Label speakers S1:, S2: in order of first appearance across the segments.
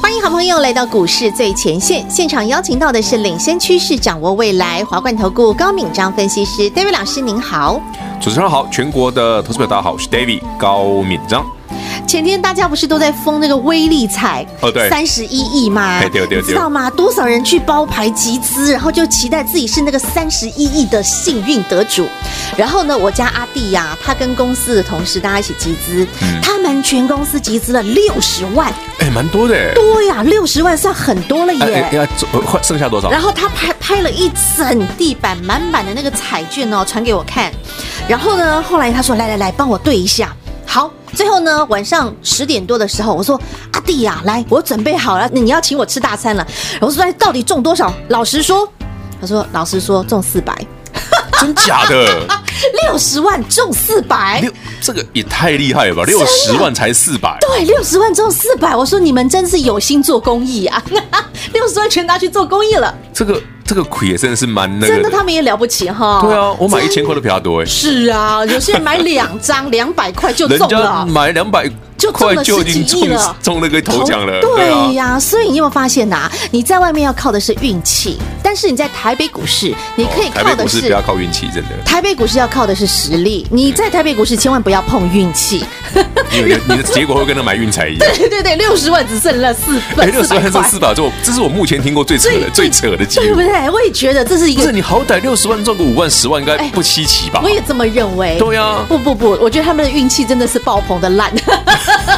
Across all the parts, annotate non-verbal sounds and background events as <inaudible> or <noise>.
S1: 欢迎好朋友来到股市最前线，现场邀请到的是领先趋势、掌握未来华冠投顾高敏章分析师 David 老师，您好。
S2: 主持人好，全国的投资者大家好，我是 David 高敏章。
S1: 前天大家不是都在疯那个威力彩
S2: 哦对
S1: 三十一亿吗？
S2: 哎对对对
S1: 你知道吗？多少人去包牌集资，然后就期待自己是那个三十一亿的幸运得主。然后呢，我家阿弟呀、他跟公司的同事大家一起集资，
S2: 嗯
S1: 他们全公司集资了六十万，
S2: 哎，蛮多的哎。
S1: 多呀，六十万算很多了耶。
S2: 哎哎，要走呃剩下多少？
S1: 然后他拍拍了一整地板满满的那个彩券哦，传给我看。然后呢，后来他说：“来来来，帮我对一下。”好，最后呢，晚上十点多的时候，我说：“阿弟呀、来，我准备好了，你要请我吃大餐了。”我说：“哎，到底中多少？老实说。”他说：“老实说，中四百， <laughs>
S2: 真假的？
S1: 六十万中四百。”
S2: 六，这个也太厉害了吧！六十万才四百，
S1: 对，六十万中四百，我说你们真是有心做公益啊！ <laughs> 六十万全拿去做公益了，
S2: 这个这个亏也真的是蛮那
S1: 真
S2: 个
S1: 的，他们也了不起哈。
S2: 对啊，我买一千块都比他多哎。
S1: 是啊，有些人买两张两百块就
S2: 人
S1: 中
S2: 家
S1: 了。
S2: 买两百
S1: 就中
S2: 块
S1: 了
S2: 就已经
S1: 十几亿
S2: 中
S1: 了
S2: 中那个头奖了，啊
S1: 对呀、所以你有没有发现呐、啊你在外面要靠的是运气，但是你在台北股市，你可以
S2: 台
S1: 靠
S2: 北
S1: 的
S2: 股市
S1: 是、
S2: 不要靠运气，真的，
S1: 台北股市要靠的是实力。你在台北股市千万不要碰运气。 <laughs>
S2: 因为你的你的结果会跟他买运彩一样。
S1: 对对对，六十万只剩了四
S2: 哎，
S1: 本，
S2: 六十
S1: 400
S2: 万中
S1: 块
S2: 四百，这我这是我目前听过最扯的最扯的记
S1: 对不
S2: 录。
S1: 对？我也觉得这是一
S2: 不是
S1: 个，
S2: 你好歹六十万中个五万十万应该
S1: 哎
S2: 不稀奇吧
S1: 我？也这么认为。
S2: 对啊，
S1: 不不不，我觉得他们的运气真的是爆棚的烂，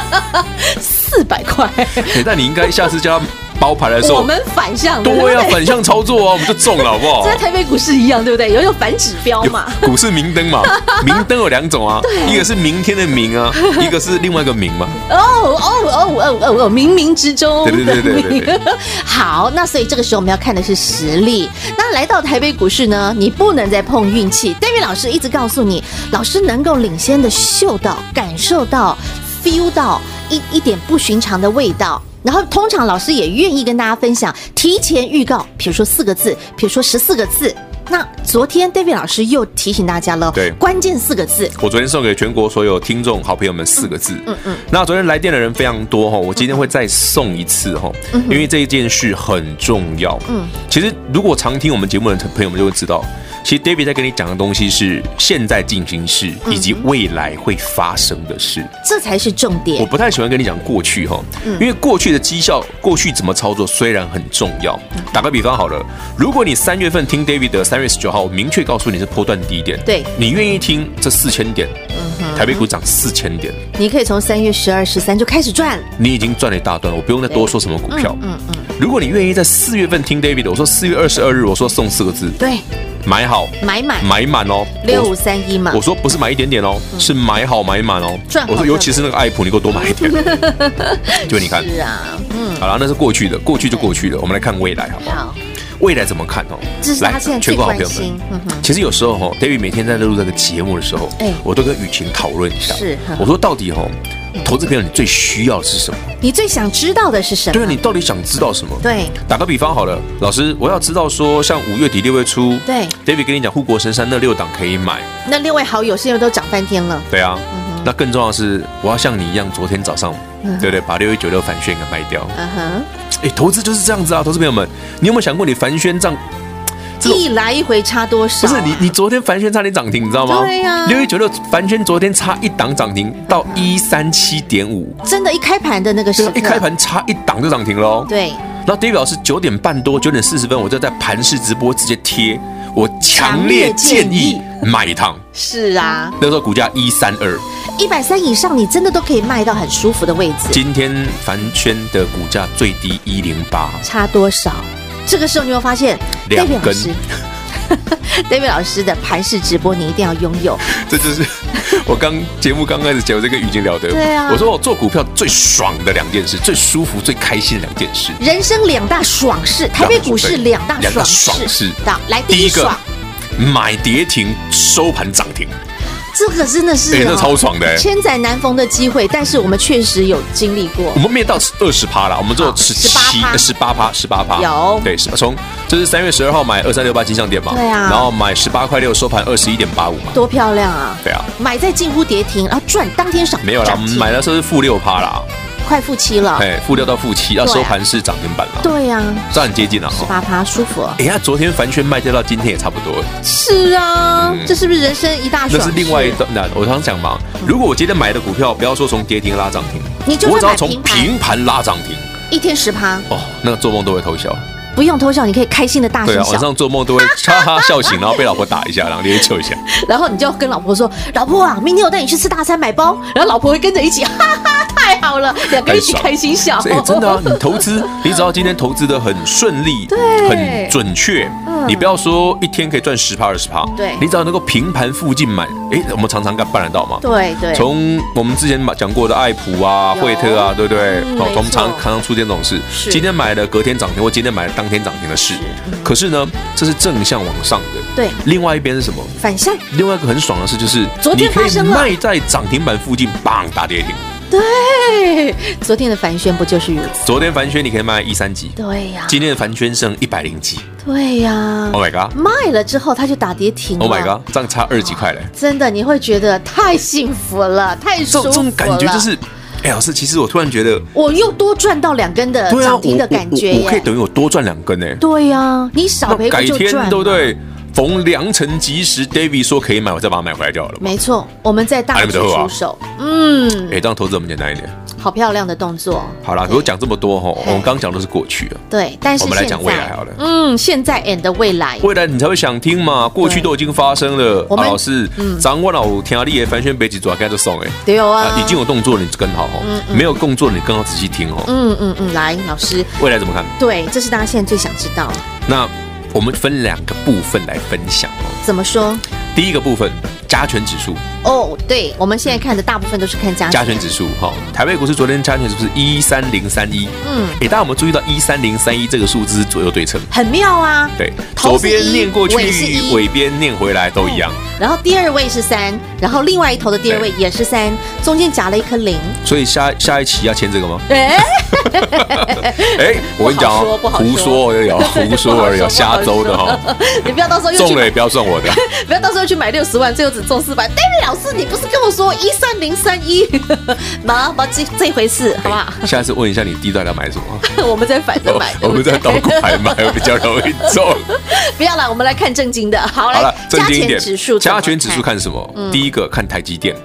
S1: <laughs> 四百块，
S2: 哎但你应该下次叫他包牌的时
S1: 我
S2: 候，
S1: 们反向的，
S2: 对
S1: 对
S2: 呀
S1: 不，对
S2: 反向操作啊，我们就中了，好不好
S1: 这？在台北股市一样，对不对？有一种反指标
S2: 有
S1: 嘛。
S2: 股市明
S1: <laughs>
S2: 灯嘛，明灯有两种啊，一个是明天的明啊，一个是另外一个明嘛。
S1: 哦哦哦哦哦哦，冥冥之中。
S2: 对对对对对对
S1: 好，那所以这个时候我们要看的是实力。那来到台北股市呢，你不能再碰运气。David 老师一直告诉你，老师能够领先的嗅到、感受到、feel 到一一点不寻常的味道。然后，通常老师也愿意跟大家分享，提前预告，比如说四个字，比如说十四个字。那昨天 David 老师又提醒大家了，
S2: 对
S1: 关键四个字，
S2: 我昨天送给全国所有听众好朋友们四个字。嗯嗯。那昨天来电的人非常多哈，我今天会再送一次哈，因为这一件事很重要。嗯。其实如果常听我们节目的朋友们就会知道，其实 David 在跟你讲的东西是现在进行式以及未来会发生的事。
S1: 这才是重
S2: 我
S1: 点。
S2: 不太喜欢跟你讲过去哈，
S1: 嗯
S2: 因为过去的绩效，过去怎么操作虽然很重要。
S1: 嗯
S2: 打个比方好了，如果你三月份听 David 的三月十九号，我明确告诉你是波段低点，
S1: 对嗯
S2: 你愿意听这四千点，台北股涨四千点，
S1: 你可以从三月十二、十三就开始赚。
S2: 你已经赚了一大段，我不用再多说什么股票。
S1: 嗯嗯嗯，
S2: 如果你愿意在四月份听 David，的我说四月二十二日，我说送四个字，
S1: 对，
S2: 买好，
S1: 买满
S2: 买满哦，
S1: 六五三一嘛
S2: 我。说不是买一点点哦，是买好买满哦
S1: 赚。好
S2: 我说尤其是那个爱普，你给我多买一点。就你看，
S1: 是啊，
S2: 好了，那是过去的，过去就过去了。我们来看未来，好不好？
S1: 好，
S2: 未来怎么看哦？
S1: 嗯这是大家现在最
S2: 全国好朋
S1: 关
S2: 友
S1: 心嗯
S2: 们，其实有时候哈，David 每天在录这个节目的时候
S1: 哎，
S2: 我都跟雨晴讨论一下。
S1: 是嗯呵呵
S2: 我说到底哈，投资朋友你最需要的是什么？
S1: 你最想知道的是什么？
S2: 对啊，你到底想知道什么？
S1: 嗯对
S2: 打个比方好了，老师，我要知道说，像五月底六月初，
S1: 对
S2: ，David 跟你讲护国神山那六档可以买，
S1: 那六位好友现在都涨翻天了。
S2: 对啊，那更重要的是，我要像你一样，昨天早上，对不对，把六一九六反宣给卖掉。
S1: 嗯哼，
S2: 哎，投资就是这样子啊，投资朋友们，你有没有想过你凡轩涨？这种
S1: 一来一回差多少
S2: 不
S1: 啊？
S2: 是你，你昨天凡轩差点涨停，你知道吗？
S1: 对啊嗯
S2: 六一九六凡轩昨天差一档涨停到一三七点五，
S1: 真的，一开盘的那个时
S2: 对啊
S1: 刻，
S2: 一开，盘差一档就涨停喽。
S1: 对，
S2: 然后 David 老师九点半多，九点四十分，我就在盘市直播直接贴，我强烈建议买一趟。
S1: 是啊，
S2: 那时候股价一三二，
S1: 一百三以上，你真的都可以卖到很舒服的位置，
S2: 今天凡轩的股价最低一零八，
S1: 差多少？这个时候你会发现
S2: 两
S1: ，David 老
S2: 根
S1: 师 <laughs> ，David 老师的盘式直播你一定要拥有，
S2: <laughs> 这就是我刚节目刚开始前我在跟雨晴聊的。
S1: 对啊
S2: 我说我哦做股票最爽的两件事，最舒服、最开心的两件事。
S1: 人生两大爽事，台北股市两大
S2: 两
S1: 爽
S2: 大
S1: 事
S2: 爽事
S1: 好，来第一爽，
S2: 买跌停收盘涨停，
S1: 这个真的是、
S2: 哎、那
S1: 哦
S2: 超爽的、哎
S1: 千载难逢的机会，但是我们确实有经历过
S2: 我。们没有到二十趴啦，我们只有十七、
S1: 18%
S2: 呃十八趴、十八趴。
S1: 有
S2: 对，十从就是三月十二号买二三六八金项店嘛，
S1: 对啊
S2: 然后买十八块六收盘二十一点八五嘛，
S1: 多漂亮啊！
S2: 对啊，
S1: 买在近乎跌停，然后赚当天涨
S2: 没有啦，
S1: 涨
S2: 我们
S1: 停
S2: 买的时候是负六趴啦，
S1: 快负七了。
S2: 哎，负六到负七，要
S1: 对啊
S2: 收盘是涨停板啦，
S1: 对呀、
S2: 这很接近啦。
S1: 十
S2: 哈
S1: 八趴舒服了。
S2: 哎呀，昨天凡轩卖掉到今天也差不多，
S1: 是啊，
S2: 哎嗯
S1: 这是不是人生一大爽
S2: 那
S1: 事？
S2: 是另外一段。那我常讲嘛，如果我今天买的股票，不要说从跌停拉涨停，
S1: 你就算
S2: 我只要
S1: 买
S2: 从
S1: 平盘
S2: 平盘拉涨停，
S1: 一天十趴，
S2: 哦，那个做梦都会偷笑。
S1: 不用偷笑，你可以开心的大声
S2: 对啊，晚
S1: 啊笑，
S2: 上做梦都会 <laughs> 哈哈笑醒，然后被老婆打一下，然后连球
S1: <laughs>
S2: 一下。
S1: 然后你就跟老婆说：“老婆啊，明天我带你去吃大餐买包。”然后老婆会跟着一起， <laughs> 哈哈，太好了，两个一起
S2: 太爽
S1: 开心笑。
S2: 哎、真的啊，你投资，你只要今天投资的很顺利，
S1: 对嗯
S2: 很准确，你不要说一天可以赚十趴二十趴，
S1: 对
S2: 你只要能够平盘附近买，哎、我们常常干办得到吗？
S1: 对对，
S2: 从我们之前买讲过的爱普啊、
S1: 有
S2: 惠特啊，对不对？
S1: 嗯没
S2: 从常
S1: 错
S2: 常常出现这种事，
S1: 是
S2: 今天买了隔天涨停，或今天买了当天涨停的事。可是呢，这是正向往上的。
S1: 对
S2: 另外一边是什么？
S1: 反向
S2: 另外一个很爽的事就是，
S1: 昨
S2: 你
S1: 天
S2: 可
S1: 发
S2: 以
S1: 生了
S2: 卖在涨停板附近，棒打跌停。
S1: 对，昨天的凡轩不就是如此？
S2: 昨天凡轩你可以卖一三级，
S1: 对呀、
S2: 今天的凡轩剩一百零几。
S1: 对呀、
S2: Oh my god！
S1: 卖了之后他就打跌停了。
S2: Oh my god！这样差二十几块嘞。
S1: 真的你会觉得太幸福了，太
S2: 这
S1: 舒
S2: 种
S1: 服了。
S2: 这种感觉就是，哎，老师，其实我突然觉得，
S1: 我又多赚到两根的呃
S2: 对啊，
S1: 涨
S2: 我
S1: 停的
S2: 我
S1: 感觉
S2: 我我可以
S1: 耶。
S2: 等于我多赚两根呢。
S1: 对呀，你少赔
S2: 那改
S1: 不就
S2: 天
S1: 赚？
S2: 对不？对？逢良辰吉时，David 说可以买，我再把它买回来就好了嘛。
S1: 没错，我们在大
S2: 哎
S1: 举
S2: 不得了啊
S1: 出手，嗯，
S2: 哎，这样投资我们简单一点。
S1: 好漂亮的动作。
S2: 好啦，
S1: 对
S2: 给我讲这么多哈，我
S1: 嘿
S2: 们刚讲都是过去啊了，
S1: 对，但是现
S2: 我们
S1: 在
S2: 来讲未来好了
S1: 嗯，现在 and 未来，
S2: 未来你才会想听嘛，过去
S1: 对
S2: 都已经发生了。
S1: 我
S2: 啊
S1: 们
S2: 老师，张我老听你的凡轩北极爪，该就送哎。
S1: 对哦啊
S2: 啊，，已经有动作了，你跟好哦；没有动作，你更要仔细听哦。
S1: 嗯嗯嗯，来老师，
S2: 未来怎么看？
S1: 对，这是大家现在最想知道，
S2: 那我们分两个部分来分享哦。
S1: 怎么说？
S2: 第一个部分，加权指数，
S1: 哦，对，我们现在看的大部分都是看加
S2: 加权指数哈、台北股市昨天加权是不是一三零三一？
S1: 嗯
S2: 诶，大家有没有注意到一三零三一这个数字是左右对称？
S1: 很妙啊。
S2: 对，
S1: 头
S2: 左
S1: 是
S2: 边
S1: 一
S2: 念过去
S1: 尾是一，
S2: 尾边念回来都一样，
S1: 然后第二位是三，然后另外一头的第二位也是三，中间夹了一颗零。
S2: 所以下
S1: 嗯
S2: 下一期要签这
S1: <laughs>
S2: 个吗？
S1: 哎，
S2: 哎，我跟你讲哦，
S1: 不好说
S2: 胡说而
S1: <laughs>
S2: 已哦，胡说而已
S1: 不
S2: 哦，
S1: 好
S2: 瞎
S1: 说
S2: 诌的哦，
S1: <laughs> 你不要到时候又去
S2: 中了
S1: 买，
S2: 也不要算我的。
S1: <laughs> 不要到时候去买六十万，最后只中四百。David 老师，你不是跟我说一三零三一， <laughs> 妈妈这这回事，好不好？
S2: 诶下次问一下你弟到底要买什么，
S1: <laughs> 我们再反着买，
S2: 哦我们
S1: 对
S2: 在
S1: 不对
S2: 倒股牌买会比较容易中。
S1: <laughs> 不要了，我们来看正经的。 <laughs> 好，
S2: 好了
S1: 来，
S2: 正经一点，
S1: 指数怎么看，
S2: 加
S1: 嗯
S2: 权指数看什么？第一个看台积电，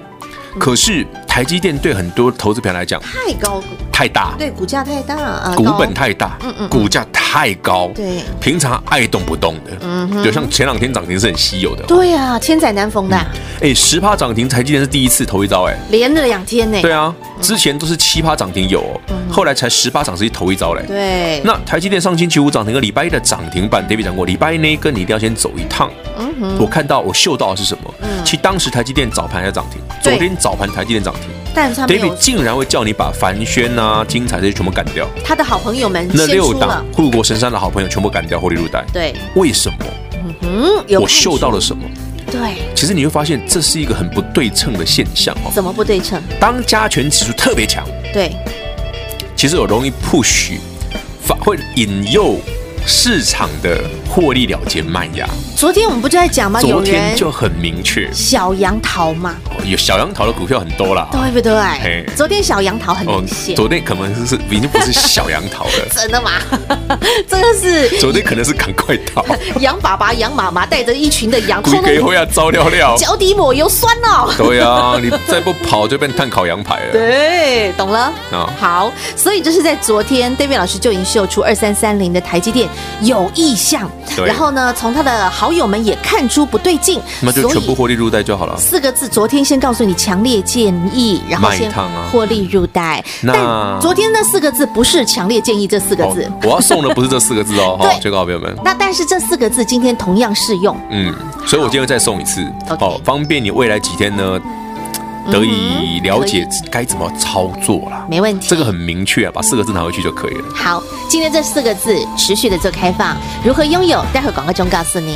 S2: 可是台积电对很多投资朋友来讲
S1: 太高，
S2: 太大，
S1: 对股价太大啊，
S2: 股
S1: 高
S2: 本太大
S1: 嗯嗯，
S2: 股价太高，
S1: 对嗯
S2: 平常爱动不动的，就像前两天涨停是很稀有的。
S1: 对啊，千载难逢的，
S2: 哎，十趴涨停，台积电是第一次头一遭，哎，
S1: 连了两天呢。
S2: 对啊，
S1: 嗯
S2: 之前都是七趴涨停有哦，后来才十趴涨是头一遭嘞。
S1: 对，
S2: 那台积电上星期五涨停，跟礼拜一的涨停板，David 讲过，礼拜一那一根你一定要先走一趟。
S1: 嗯
S2: 我看到我嗅到的是什么？其实当时台积电早盘还在涨停，
S1: 对
S2: 昨天早盘台积电涨停
S1: 但是他没
S2: ，David
S1: 有
S2: 竟然会叫你把凡轩啊、精彩这些全部干掉，
S1: 他的好朋友们
S2: 那
S1: 先
S2: 六
S1: 出了
S2: 档，护国神山的好朋友全部干掉，获利入袋。
S1: 对，
S2: 为什么？
S1: 嗯，有
S2: 我
S1: 看
S2: 嗅到
S1: 出
S2: 了，什么？
S1: 对，
S2: 其实你会发现这是一个很不对称的现象哦。
S1: 怎么不对称？
S2: 当加权指数特别强，
S1: 对，
S2: 其实有容易 push，反会引诱市场的获利了结慢压。
S1: 昨天我们不就在讲吗？有
S2: 昨
S1: 人
S2: 天就很明确，哦
S1: 小杨桃嘛，
S2: 有小杨桃的股票很多啦。
S1: 对不对
S2: 嘿？哦
S1: 昨天小杨桃很明显，，
S2: 昨天可能是已经不是小杨桃了
S1: <laughs> 真的吗？这个是
S2: 昨天可能是赶快
S1: <laughs>
S2: 桃，
S1: 杨爸爸、杨妈妈带着一群的羊，
S2: 鬼给会要糟
S1: <laughs>
S2: 料料。
S1: 脚底抹油酸哦。
S2: 对啊，你再不跑就变碳烤羊排了。
S1: 对，懂了。
S2: 啊
S1: 好，所以就是在昨天，David 老师就已经秀出二三三零的台积电有意向，
S2: 对
S1: 然后呢，从他的好友们也看出不对劲，
S2: 那就
S1: 所以
S2: 全部获利入袋就好了。
S1: 四个字，昨天先告诉你强烈建议，然后
S2: 卖一
S1: 先
S2: 趟啊
S1: 获利入袋。
S2: 那
S1: 但昨天那四个字不是强烈建议这四个字，
S2: 哦我要送的不是这四个
S1: <laughs>
S2: 字哦，
S1: 对
S2: 哈，最高朋友们。
S1: 那但是这四个字今天同样适用。
S2: 嗯，所以我今天再送一次，
S1: OK 嗯
S2: 好、方便你未来几天呢得以了解该怎么操作啦。
S1: 没问题，
S2: 这个很明确啊，把四个字拿回去就可以了。
S1: 好。今天这四个字持续的做开放，如何拥有？待会儿广告中告诉您。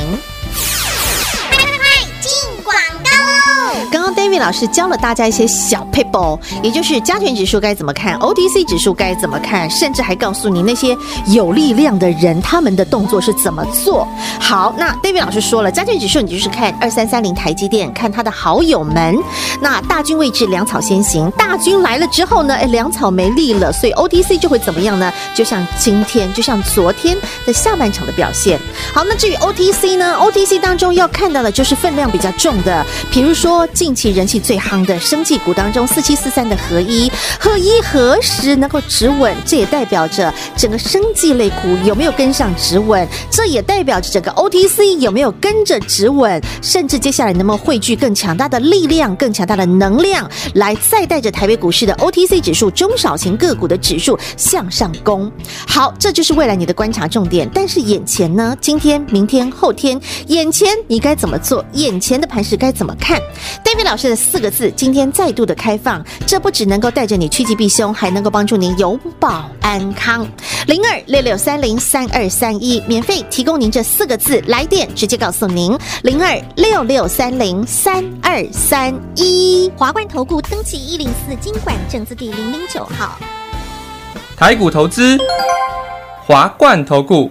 S3: 进广告喽！
S1: 刚刚 David 老师教了大家一些小 paper，也哦就是加权指数该怎么看，OTC 指数该怎么看，甚至还告诉你那些有力量的人他们的动作是怎么做。好，那 David 老师说了，加权指数你就是看二三三零台积电，看它的好友们。那大军未至，粮草先行。大军来了之后呢，哎，粮草没力了，所以 OTC 就会怎么样呢？就像今天，就像昨天的下半场的表现。好，那至于 OTC 呢？OTC 当中要看到的就是分量比较重的，比如说近期人气最夯的生技股当中，四七四三的合一，合一何时能够止稳？这也代表着整个生技类股有没有跟上止稳，这也代表着整个 OTC 有没有跟着止稳，甚至接下来能不能汇聚更强大的力量、更强大的能量，来再带着台北股市的 OTC 指数、中小型个股的指数向上攻。好，这就是未来你的观察重点。但是眼前呢，今天、明天、后天，眼前你该怎么做？眼前的盘势该怎么看？David 老师的四个字，今天再度的开放，这不只能够带着你趋吉避凶，还能够帮助您永保安康。零二六六三零三二三一，免费提供您这四个字，来电直接告诉您零二六六三零三二三一。
S3: 华冠投顾登记一零四经管证字第零零九号。
S4: 台股投资，华冠投顾。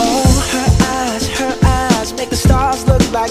S5: Oh, her eyes, her eyes make the stars look like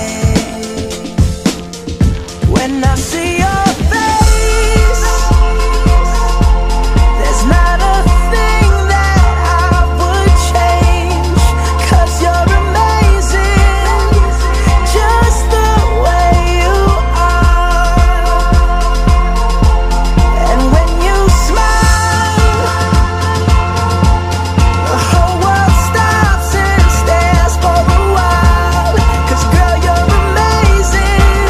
S5: when I see your face, there's not a thing that I would change. Cause you're amazing, just the way you are. And when you smile, the whole world stops and stares for a while. Cause girl, you're amazing,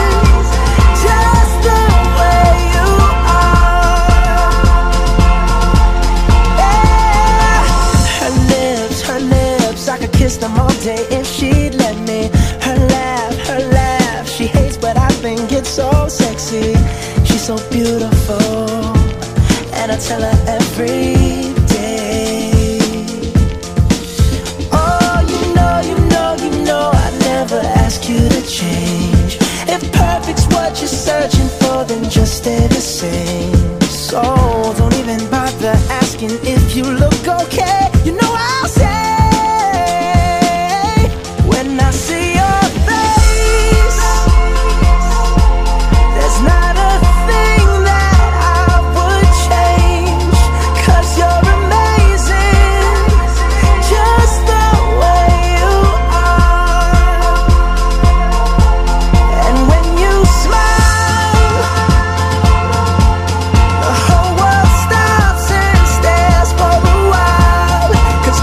S5: just the way you are. Her lips, her lips, I could kiss them all day if she'd let me. Her laugh, her laugh, she hates, but I think it's so sexy. She's so beautiful, and I tell her every day. Oh, you know, you know, you know, I never ask you to change. If perfect's what you're searching for, then just stay the same. So don't even bother asking if you look okay. You know I'll say when I see your face, there's not a thing that I would change. Cause you're amazing, just the way you are. And when you smile, the whole world stops and stares for a while. Cause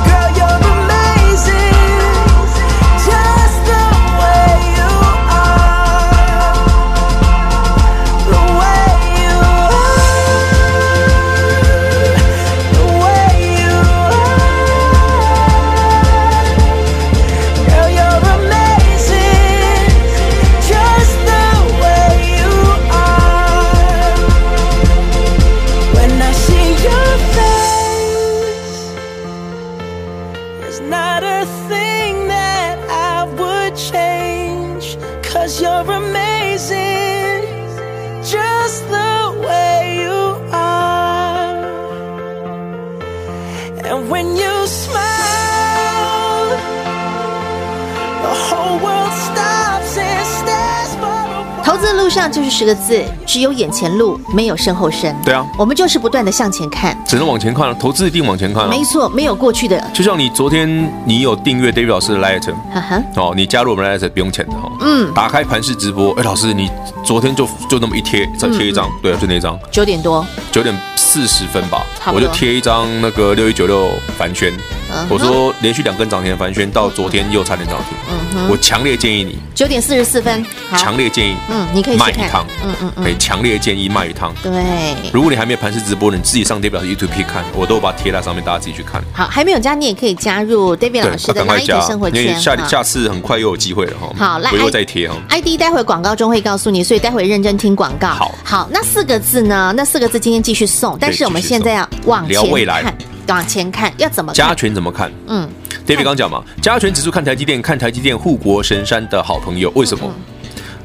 S5: Cause you're amazing, just the way you are. And when you smile, the whole world stops and stares for a while.
S1: 投资路上就是十个字，只有眼前路，没有身后身。
S2: 对啊
S1: 我们就是不断的向前看。
S2: 只能往前看了，啊投资一定往前看了。
S1: 没错，没有过去的，
S2: 就像你昨天你有订阅 David 老师的 Light，
S1: 哈哈，
S2: 哦，你加入我们 Light 不用钱的哈。
S1: 嗯
S2: 打开盘式直播，哎，老师你昨天就就那么一贴，再贴一张，
S1: 嗯
S2: 对啊，就那张
S1: 九点多，
S2: 九点四十分吧
S1: 差，不
S2: 我
S1: 多
S2: 就贴一张那个六一九六凡轩
S1: 嗯哼，
S2: 我说连续两根涨停的凡轩到昨天又差点涨停，我强烈建议你，
S1: 九点四十四分，嗯好，
S2: 强烈建议，
S1: 嗯你可以去
S2: 卖
S1: 看
S2: 一趟，
S1: 嗯嗯嗯
S2: 哎，强烈建议卖一趟。
S1: 对，
S2: 如果你还没有盘式直播，你自己上 David 老师 YouTube 看，我都有把它贴在上面，大家自己去看。
S1: 好，还没有加，你也可以加入 David 老师
S2: 那
S1: 的
S2: 赶快
S1: Light
S2: 加，
S1: 生活
S2: 因为
S1: 圈
S2: 下
S1: 哈
S2: 下次很快又有机会了哈。
S1: 好来哎
S2: 我又再贴哈。
S1: ID 待会广告中会告诉你，所以待会认真听广告。
S2: 好
S1: 那四个字呢？那四个字今天继续送，但是我们现在要往前
S2: 聊未来
S1: 看，往前看要怎么
S2: 加
S1: 看？
S2: 权怎么看
S1: 嗯，
S2: ？David 刚讲嘛，加权指数看台积电，看台积电护国神山的好朋友，为什
S1: 嗯
S2: 么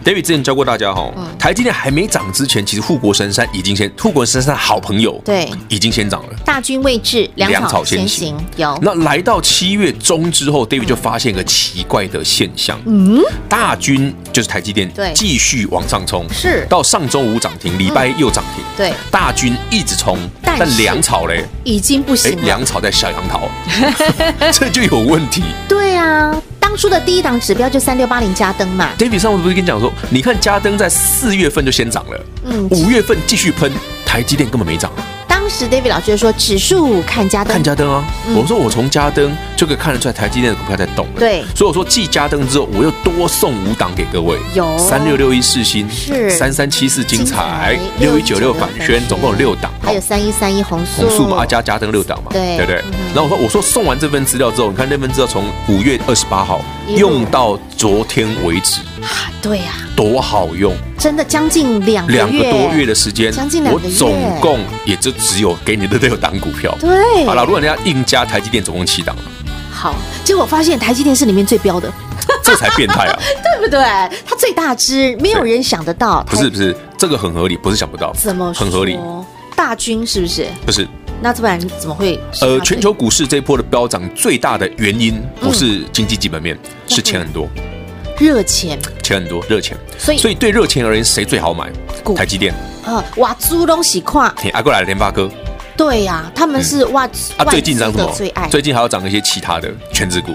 S2: ？David 之前教过大家哈，台积电还没涨之前，其实护国神山已经先护国神山的好朋友
S1: 对
S2: 已经先涨了。
S1: 大军未至，粮
S2: 粮
S1: 草
S2: 草
S1: 先
S2: 先
S1: 行
S2: 行。
S1: 有
S2: 那来到七月中之
S1: 嗯
S2: 后，David 就发现一个奇怪的现象，嗯，大军就是台积电，
S1: 对
S2: 继续往上冲，
S1: 是嗯
S2: 到上周五涨停，礼拜一又涨停，
S1: 对
S2: 大军一直冲，
S1: 但
S2: 但
S1: 是
S2: 粮草嘞，
S1: 已经不
S2: 哎
S1: 行，了。
S2: 粮草在小杨桃， <laughs> 这就有问题。
S1: 对啊，当初的第一档指标就三六八零加登嘛。
S2: David 上回不是跟你讲说，你看嘉登在四月份就先涨了，
S1: 嗯
S2: 五月份继续喷，台积电根本没涨，
S1: 当时 David 老师就说指数看加登
S2: 看，嘉登啊，
S1: 嗯
S2: 我说我从嘉登就可以看得出来台积电的股票在动了，
S1: 对
S2: 所以我说继嘉登之后，我又多送五档给各位，
S1: 有
S2: 三六六一世新，
S1: 是
S2: 三三七四精彩，六一九
S1: 6196
S2: 六反宣，总共有六档，
S1: 还有三一三一红素，
S2: 红素嘛，啊加加登六档嘛，
S1: 对嗯
S2: 对不对？然后我说，我说送完这份资料之后，你看那份资料从五月二十八号
S1: 一路
S2: 用到昨天为止，
S1: 对呀、
S2: 多好用！
S1: 真的将近两
S2: 两个多月的时间，
S1: 将近两
S2: 我
S1: 个月
S2: 总共也就只有给你的六档股票。
S1: 对，
S2: 好了，如果人家硬加台积电，总共
S1: <laughs>
S2: 七档，
S1: 好，结果发现台积电是里面最标的，
S2: 这才变
S1: <laughs>
S2: 态啊！
S1: 对不对？它最大只，没有人想得到。
S2: 不
S1: 台
S2: 是不是，这个很合理，不是想不到，
S1: 怎么
S2: 很合理？
S1: 说？大军是不是？
S2: 不是，
S1: 那不然怎么会是它最？啊嗯
S2: 呃，全球股市这一波的飙涨最大的原因不是经济基本面，是钱很多，
S1: 热钱，
S2: 钱很多，热钱。
S1: 所以
S2: 所以对热钱而言，谁最好买
S1: 股？
S2: 台积电，
S1: 呃，哇，猪东西跨，
S2: 你挨过来联发哥
S1: 对呀、他们是哇，
S2: 啊，
S1: 外
S2: 最近涨
S1: 资
S2: 什
S1: 的
S2: 么？
S1: 最爱，
S2: 最近还要涨一些其他的全指股，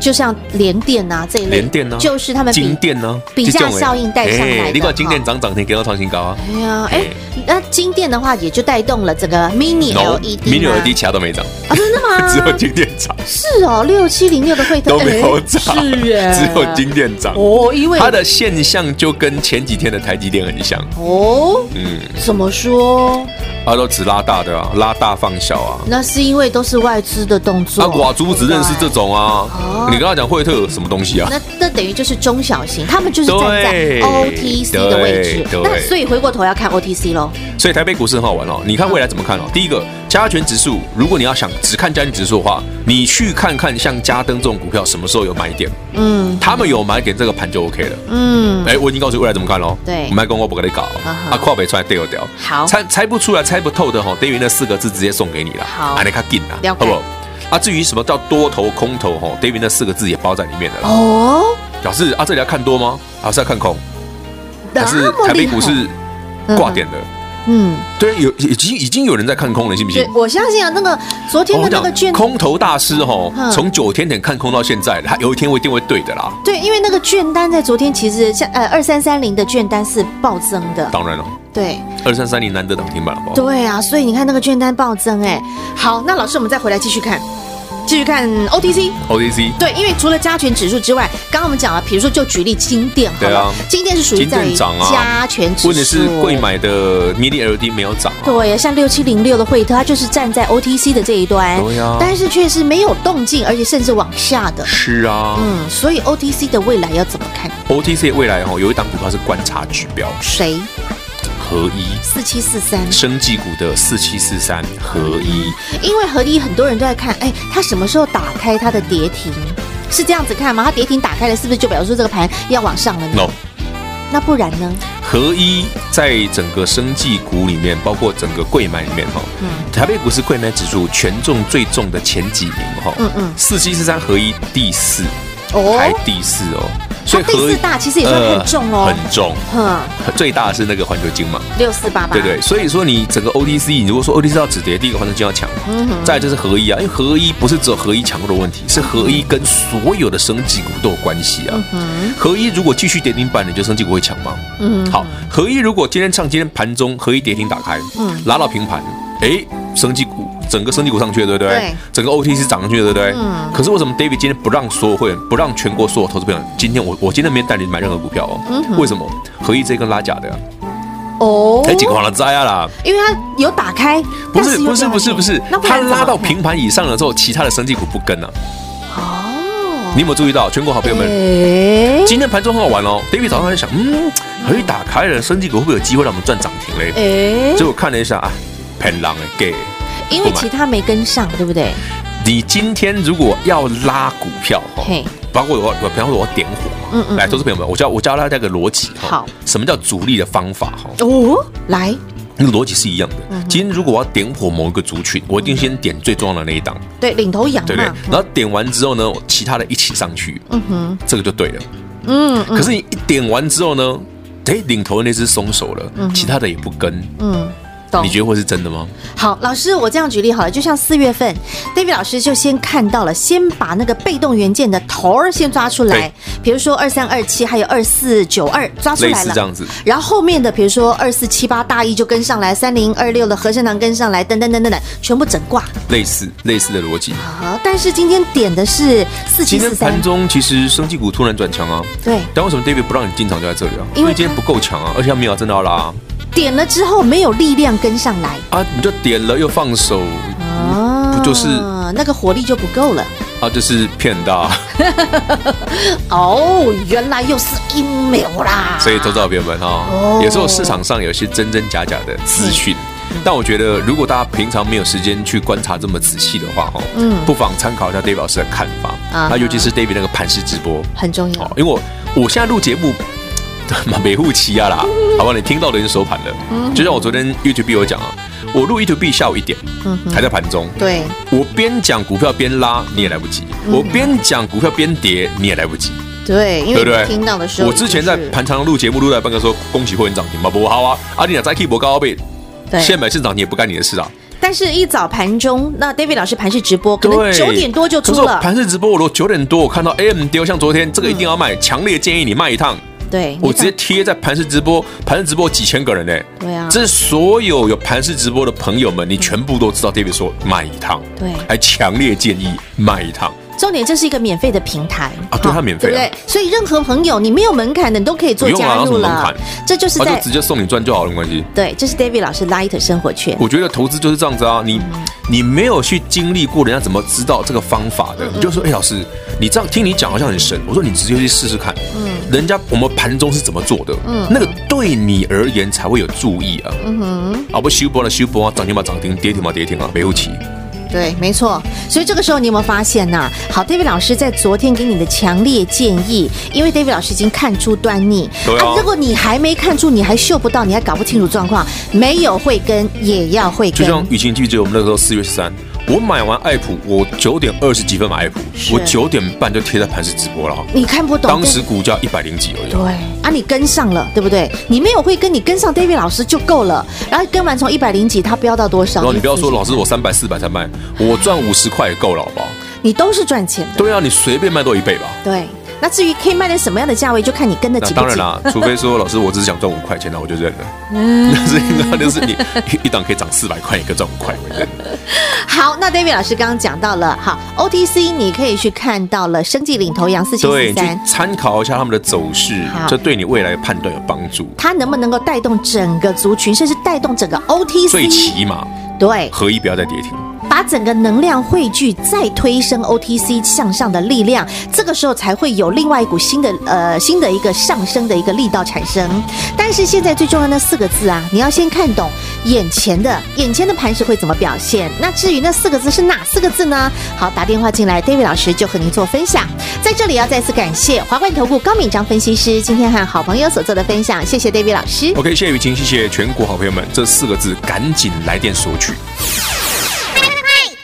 S1: 就像联电呐这一类，
S2: 联电呢？
S1: 就是他们比
S2: 金电啊呢？
S1: 比
S2: 这
S1: 价
S2: 种的
S1: 效应带上来的
S2: 哎你
S1: 哈
S2: 管金电涨涨停，给到创新高啊
S1: 哎呀，哎，那金电的话也就带动了整个 mini LED
S2: 迷你
S1: 嘛
S2: LED 其他都没涨，
S1: 啊，真的
S2: <laughs> 只有
S1: 吗？
S2: 金电涨，
S1: 是哦，六七零六的惠特
S2: 都没有
S1: 哎
S2: 涨，
S1: 是耶，
S2: 只有金电涨。
S1: 哦，因为
S2: 它的现象就跟前几天的台积电很像，
S1: 哦，
S2: 嗯，
S1: 怎么说？
S2: 它都只拉大的啊，拉大放小啊。
S1: 那是因为都是外资的动作。
S2: 啊，寡族只认识这种
S1: 哦
S2: 啊，你跟他讲惠特什么东西啊？
S1: 那那等于就是中小型，他们就是站在
S2: 对
S1: OTC 的位置
S2: 对。对
S1: 那所以回过头要看 OTC 喽。
S2: 所以台北股市很好玩哦。你看未来怎么看哦？第一个，加权指数，如果你要想只看加权指数的话，你去看看像嘉登这种股票什么时候有买点，
S1: 嗯
S2: 他们有买点，这个盘就 OK 了。
S1: 嗯，
S2: 哎，我已经告诉你未来怎么看喽。
S1: 对
S2: 我们还跟我不给你搞哦
S1: 啊哈
S2: 啊，跨北出来对掉。
S1: 好
S2: 猜猜不出来、猜不透的哈，等于那四个字直接送给你了。
S1: 好
S2: 啊，你看紧啦
S1: 了，
S2: 好
S1: 解
S2: 不好？啊，至于什么叫多头、空头哈，David 那四个字也包在里面的啦。
S1: 哦，啊
S2: 表示啊，这里要看多吗？还是要看空？还是
S1: 那么
S2: 台
S1: 厉
S2: 北
S1: 害
S2: 股市挂点的？
S1: 嗯，
S2: 对，有已经已经有人在看空了，信不信
S1: 对？，我相信啊，那个昨天的
S2: 我
S1: 那个卷
S2: 讲，空头大师哦
S1: 嗯，
S2: 从九天点看空到现在，他有一天我一定会对的啦。
S1: 对，因为那个卷单在昨天其实像呃二三三零的卷单是暴增的，
S2: 当然了，
S1: 对
S2: 二三三零难得涨停板了，好不好？
S1: 对啊，所以你看那个卷单暴增，哎，好，那老师我们再回来继续看，继续看 OTC。
S2: OTC
S1: 对，因为除了加权指数之外，刚刚我们讲了，比如说就举例金店好
S2: 对
S1: 了
S2: 啊，
S1: 金店是属于
S2: 金店
S1: 在于
S2: 涨啊
S1: 加权指数，
S2: 问题是贵。买的 Mini LED 没有涨啊，
S1: 对，像六七零六的惠特，它就是站在 OTC 的这一端，
S2: 对啊
S1: 但是却是没有动静，而且甚至往下的。
S2: 是啊
S1: 嗯，所以 OTC 的未来要怎么看？
S2: ，OTC 未来哦有一档股票是观察指标
S1: 谁？
S2: 合一。
S1: 四七四三，
S2: 生技股的四七四三合一，
S1: 因为合一很多人都在看，哎，它什么时候打开它的跌停？是这样子看吗？它跌停打开了，是不是就表示说这个盘要往上了呢？
S2: No，
S1: 那不然呢？
S2: 合一在整个生技股里面，包括整个贵买里面哈，
S1: 嗯
S2: 台北股市贵买指数权重最重的前几名哈，
S1: 嗯嗯
S2: 四七四三合一第四，
S1: 哦
S2: 排第四哦，所以
S1: 它第
S2: 合一
S1: 四大其实也算很重哦
S2: 呃很重，
S1: 哼，
S2: 最大的是那个环球金嘛，
S1: 六四八八，
S2: 对不对，所以说你整个 OTC，你如果说 OTC 要止跌，第一个环球金要强，再来就是合一啊，因为合一不是只有合一强弱的问题，是合一跟所有的生技股都有关系啊。合一如果继续跌停板，你就生技股会强吗？嗯，好，合一如果今天上今天盘中合一跌停打开，拉到平盘，哎，生技股整个生技股上去了，对不对？嗯
S1: 对
S2: 整个 OTC 涨上去了，对不对？可是为什么 David 今天不让所有会员，不让全国所有投资朋友，今天我我今天没有带你买任何股票哦？为什么？合一这根拉假的、啊，
S1: 哦，
S2: 哎，几个黄了摘啊啦！
S1: 因为它有打开，
S2: 不
S1: 但
S2: 是
S1: 又
S2: 不是
S1: 没有
S2: 不是不是
S1: 停那，不
S2: 它
S1: 然怎么
S2: 拉到
S1: 看
S2: 平盘以上了之后，其他的生技股不跟了、
S1: 哦，
S2: 你有没有注意到？全国好朋友们，
S1: 哎
S2: 今天盘中很好玩哦。David 早上在想，嗯，合一打开了，生技股会不会有机会让我们赚涨停嘞？
S1: 哎，
S2: 结果看了一下啊，骗狼哎，给。
S1: 因为其他没跟上，对不对？
S2: 你今天如果要拉股票哈
S1: 嘿，
S2: 包括我，我比方说我要点火嘛，
S1: 嗯嗯
S2: 来，投资朋友们，我教我教大家一个逻辑哈，
S1: 好
S2: 什么叫主力的方法哈？
S1: 哦，来，
S2: 那个逻辑是一样的。
S1: 嗯
S2: 今天如果我要点火某一个族群，我一定先点最重要的那一档，
S1: 对，领头羊
S2: 对不对
S1: 嘛，？
S2: 然后点完之后呢，其他的一起上去，嗯哼，这个就对了。
S1: 嗯嗯
S2: 可是你一点完之后呢，哎，领头的那只松手了，其他的也不跟，
S1: 嗯，懂
S2: 你。觉得会是真的吗？
S1: 好，老师，我这样举例好了，就像四月份，David 老师就先看到了，先把那个被动元件的头儿先抓出来
S2: 对，
S1: 比如说二三二七，还有二四九二抓出
S2: 类
S1: 来
S2: 似
S1: 了
S2: 这。样子，
S1: 然后后面的，比如说二四七八大一就跟上来，三零二六的和盛堂跟上来，等等等等等，全部整挂。
S2: 类似类似的逻辑。
S1: 好，但是今天点的是四七
S2: 今天
S1: 四
S2: 盘
S1: 三，
S2: 中其实生技股突然转强啊，
S1: 对，
S2: 但为什么 David 不让你进场就在这里啊？
S1: 因为
S2: 因为今天不够强啊，而且他没有真的要拉啊
S1: 点了之后没有力量跟上来，
S2: 啊，你就点了又放手
S1: 哦，
S2: 嗯不就是
S1: 那个火力就不够了？
S2: 啊，就是骗大。
S1: 哦，原来又是阴谋啦！
S2: 所以，投资好朋友们哈
S1: 哦，嗯
S2: 有时候市场上有些真真假假的资讯。但我觉得，如果大家平常没有时间去观察这么仔细的话，哈，不妨参考一下 David 老师的看法。
S1: 嗯啊哈嗯
S2: 那尤其是 David 那个盘式直播，
S1: 很重要
S2: 哦，，因为我我现在录节目，嘛没护期
S1: <laughs>
S2: 啊啦，好吧，你听到的人收盘
S1: 嗯
S2: 了。就像我昨天 YouTube 有讲啊，我录 YouTube 下午一点，还在盘中，
S1: 嗯对，嗯
S2: 我边讲股票边拉，你也来不及；我边讲股票边跌，你也来不及。
S1: 对，因为
S2: 对不对？
S1: 你听到的时候
S2: 我
S1: 已经
S2: 之
S1: 是，
S2: 前在盘长录节目录到一半的时候，恭喜会员涨停嘛，不好啊，阿你俩在 keep 高倍，
S1: 对
S2: 现买现涨停也不干你的事啊。
S1: 但是一早盘中，那 David 老师盘是直播，可能九点多就
S2: 可
S1: 出
S2: 是我
S1: 了，
S2: 盘市直播，我如果九点多我看到 AM 丢，像昨天这个一定要卖，强烈建议你卖一趟。
S1: 对，
S2: 我
S1: 你
S2: 直接
S1: 看
S2: 贴在盘市直播，盘市直播几千个人呢、
S1: 对啊
S2: 这是所有有盘市直播的朋友们，你全部都知道。David 说卖一趟，
S1: 对
S2: 还强烈建议卖一趟。
S1: 重点，这是一个免费的平台
S2: 啊对它免费
S1: 对
S2: 啊
S1: 不对？所以任何朋友，你没有门槛的，你都可以做
S2: 不用啊
S1: 加入
S2: 有什么门
S1: 了
S2: 槛，
S1: 这就是
S2: 他
S1: 在
S2: 啊就直接送你赚就好了，没关系。
S1: 对，这是 David 老师 Light 生活圈，
S2: 我觉得投资就是这样子啊，你你没有去经历过，人家怎么知道这个方法
S1: 嗯
S2: 的？你就说，哎，老师，你这样听你讲好像很神。我说你直接去试试看，
S1: 嗯
S2: 人家我们盘中是怎么做的，那个对你而言才会有注意啊。
S1: 嗯
S2: 啊不，修波了修波啊，涨停嘛涨停，跌停嘛跌停啊，没有期。
S1: 对，没错。所以这个时候你有没有发现呐、好，David 老师在昨天给你的强烈建议，因为 David 老师已经看出端倪。
S2: 对啊
S1: 如果你还没看出，你还嗅不到，你还搞不清楚状况，没有会跟也要会
S2: 就
S1: 跟。
S2: 像雨晴记不记得我们那时候四月十三，我买完爱普，我九点二十几分买爱普，
S1: 是
S2: 我九点半就贴在盘市直播了啊，
S1: 你看不懂，
S2: 当时股价一百零几而已
S1: 对
S2: 啊。
S1: 啊，你跟上了，对不对？你没有会跟，你跟上 David 老师就够了。然后跟完从一百零几，他飙到多少？
S2: 然后你不要说
S1: 自己
S2: 老师，我三百四百才卖，我赚五十块也够了，好不好？
S1: 你都是赚钱的，
S2: 对啊，你随便卖都一倍吧。
S1: 对。那至于可以卖在什么样的价位，就看你跟得
S2: 那
S1: 紧不
S2: 当然
S1: 紧。
S2: 啦，除非说老师，我只是想赚五块钱，那我就认了。
S1: 嗯
S2: <laughs> 那是那就是你 <laughs> 一一档可以涨四百块，一个赚五块，
S1: 嗯
S2: 我认了。
S1: 好，那 David 老师刚刚讲到了，好 OTC 你可以去看到了，生计领头羊四七
S2: 对，
S1: 四
S2: 你去
S1: 三，
S2: 参考一下他们的走势
S1: 好，
S2: 这对你未来的判断有帮助。
S1: 它能不能够带动整个族群，甚至带动整个
S2: 最
S1: OTC？
S2: 起码
S1: 对，
S2: 合一不要再跌停，
S1: 把整个能量汇聚，再推升 OTC 向上的力量，这个时候才会有另外一股新的呃新的一个上升的一个力道产生。但是现在最重要的那四个字啊，你要先看懂眼前的眼前的盘势会怎么表现。那至于那四个字是哪四个字呢？好，打电话进来，David 老师就和您做分享。在这里要再次感谢华冠投顾高敏章分析师今天和好朋友所做的分享，谢谢 David 老师。
S2: OK，谢谢雨晴，谢谢全国好朋友们，这四个字赶紧来电索取。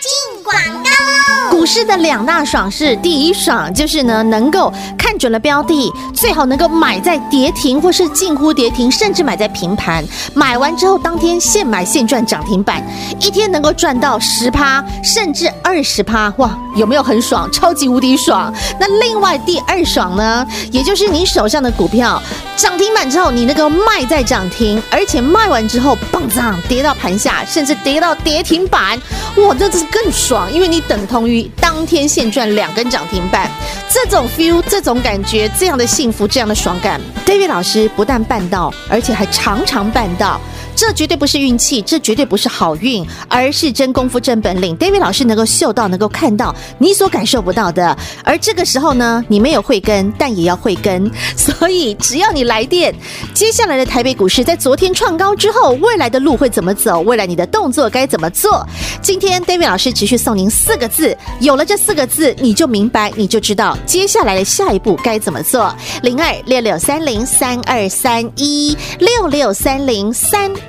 S6: 进广告喽！
S1: 股市的两大爽是，第一爽就是呢，能够看准了标的，最好能够买在跌停或是近乎跌停，甚至买在平盘。买完之后当天现买现赚涨停板，一天能够赚到十趴甚至二十趴，哇，有没有很爽？超级无敌爽！那另外第二爽呢，也就是你手上的股票涨停板之后，你能够卖在涨停，而且卖完之后棒涨跌到盘下，甚至跌到跌停板，哇，这这是更爽，因为你等同于当天现赚两根涨停板，这种 feel，这种感觉，这样的幸福，这样的爽感，David 老师不但办到，而且还常常办到。这绝对不是运气，这绝对不是好运，而是真功夫、真本领。David 老师能够嗅到，能够看到你所感受不到的。而这个时候呢，你没有慧根，但也要慧根。所以只要你来电，接下来的台北股市在昨天创高之后，未来的路会怎么走？未来你的动作该怎么做？今天 David 老师持续送您四个字，有了这四个字，你就明白，你就知道接下来的下一步该怎么做。零二六六三零三二三一六六三零三